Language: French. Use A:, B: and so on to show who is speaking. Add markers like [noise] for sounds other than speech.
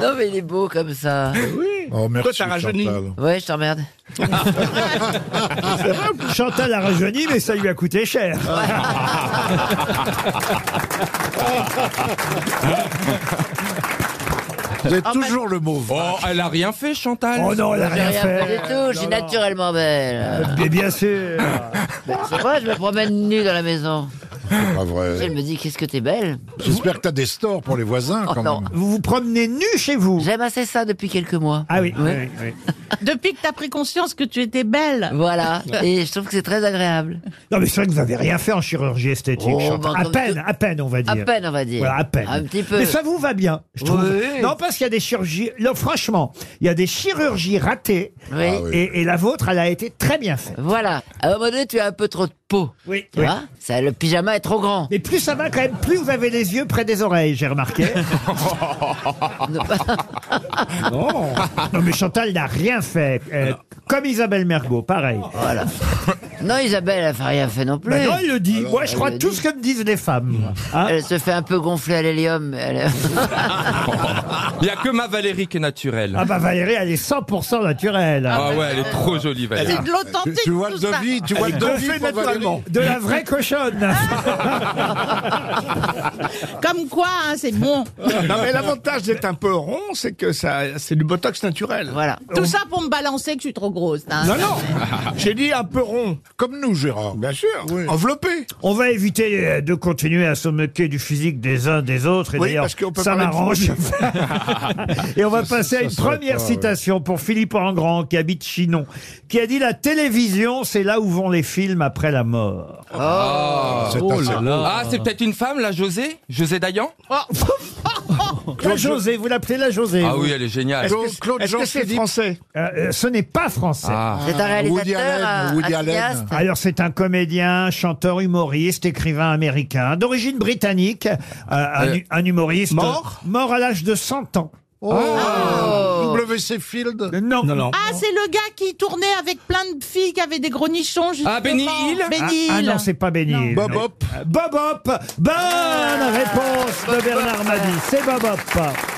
A: Non, mais il est beau comme ça.
B: Oh, merci,
C: Toi, t'as rajeuni.
B: Chantal.
A: Ouais, je t'emmerde.
D: Chantal a rajeuni, mais ça lui a coûté cher.
A: Ah.
B: Vous avez
A: En fait-
B: toujours le mot vrai.
C: Oh, elle a rien fait, Chantal.
D: Oh non, elle a
A: J'ai
D: rien
A: rien fait du
D: fait.
A: tout, je suis naturellement belle.
D: Mais bien sûr.
A: Ah. C'est vrai, je me promène nue dans la maison.
B: C'est pas
A: Elle
B: vrai.
A: me dit, qu'est-ce que t'es belle
B: J'espère que t'as des stores pour les voisins
A: Oh
B: quand
A: non.
B: même.
D: Vous vous promenez nu chez vous.
A: J'aime assez ça depuis quelques mois.
D: Ah oui.
A: Ouais.
D: oui, oui.
E: Depuis que t'as pris conscience que tu étais
A: Ah,
E: belle.
A: Voilà, et je trouve que c'est très agréable.
D: Non, mais c'est vrai que vous n'avez rien fait en chirurgie esthétique.
A: Oh,
D: Chantal.
A: bah,
D: à
A: comme
D: peine,
A: tout-
D: à peine, on va dire.
A: À peine, on va dire.
D: Voilà, à peine.
A: Un petit peu.
D: Mais ça vous va bien, je trouve.
A: Oui.
D: Non, parce qu'il y a des chirurgies. Non, franchement, il y a des chirurgies ratées.
A: Oui.
B: Ah oui.
D: Et, et la vôtre, elle a été très bien faite.
A: Voilà. À un moment donné, tu as un peu trop de peau.
D: Oui,
A: Tu
D: oui.
A: vois ça, Le pyjama est trop grand.
D: Mais plus ça va quand même, plus vous avez les yeux près des oreilles,
A: [laughs]
D: j'ai remarqué. non. non, mais Chantal n'a rien fait. Euh, comme Isabelle Mergot, pareil.
A: Non, Isabelle, elle n'a rien fait non plus.
D: Bah non, elle le dit. Moi, je
A: elle
D: crois
A: le
D: tout
A: dit.
D: ce que me disent les femmes. moi. Hein
A: Elle se fait un peu gonfler à l'hélium. Elle-
C: Il y a que ma Valérie qui est naturelle.
D: ah bah Valérie, elle est 100% naturelle.
C: Ah ouais, elle est trop jolie, Valérie.
E: C'est de
B: Tu,
E: l'authentique.
B: tu vois le
E: tout ça.
B: devis, tu vois le devis
D: fait
B: pour Valérie.
D: De la vraie cochonne.
A: Ah,
E: Comme quoi, hein, c'est bon.
F: Non, mais l'avantage d'être un peu rond, c'est que ça, c'est du botox naturel.
A: [laughs] voilà.
E: Tout ça pour me balancer que je suis trop grosse. hein.
F: Non, non, j'ai dit un peu rond.
B: Comme nous, Gérard.
F: Bien sûr,
B: Oui.
F: enveloppé.
D: On va éviter euh, de continuer à se moquer du physique des uns des autres. Et
F: Oui,
D: d'ailleurs,
F: parce qu'on peut
D: ça
F: parler de
D: m'arrange. [laughs] et on va passer à
B: ça
D: une
B: serait
D: première
B: pas, ouais.
D: citation pour Philippe Engrand, qui habite Chinon, qui a dit La télévision, c'est là où vont les films après la mort.
B: C'est assez-
C: Ah, c'est peut-être une femme, la José José Dayan
D: La José, vous l'appelez la José.
C: Ah
D: vous.
C: oui, elle est géniale.
B: Claude- Claude
F: Est-ce que c'est
B: Jean-Philippe.
F: français
D: Euh, euh, ce n'est pas français.
C: Ah.
A: C'est un
B: Woody
A: réalisateur,
B: Allen,
A: un,
B: Woody
A: un
B: Allen.
A: cinéaste.
D: Alors c'est un comédien, chanteur, humoriste, écrivain américain, d'origine britannique, euh, un,
C: Euh,
D: un humoriste
F: mort
D: mort à l'âge de 100 ans. Euh,
B: WC Oh. Field.
D: Non, non,
E: Ah, c'est le gars qui tournait avec plein de filles qui avaient des gros nichons. justement.
C: Ah, Benny Hill
D: Ah,
E: Benny
D: ah
E: Hill.
D: non, c'est pas Benny. Hill,
B: Bob
D: non.
B: Hop.
D: Bob Hop. Bonne réponse de Bernard Madi. C'est Bob Hop.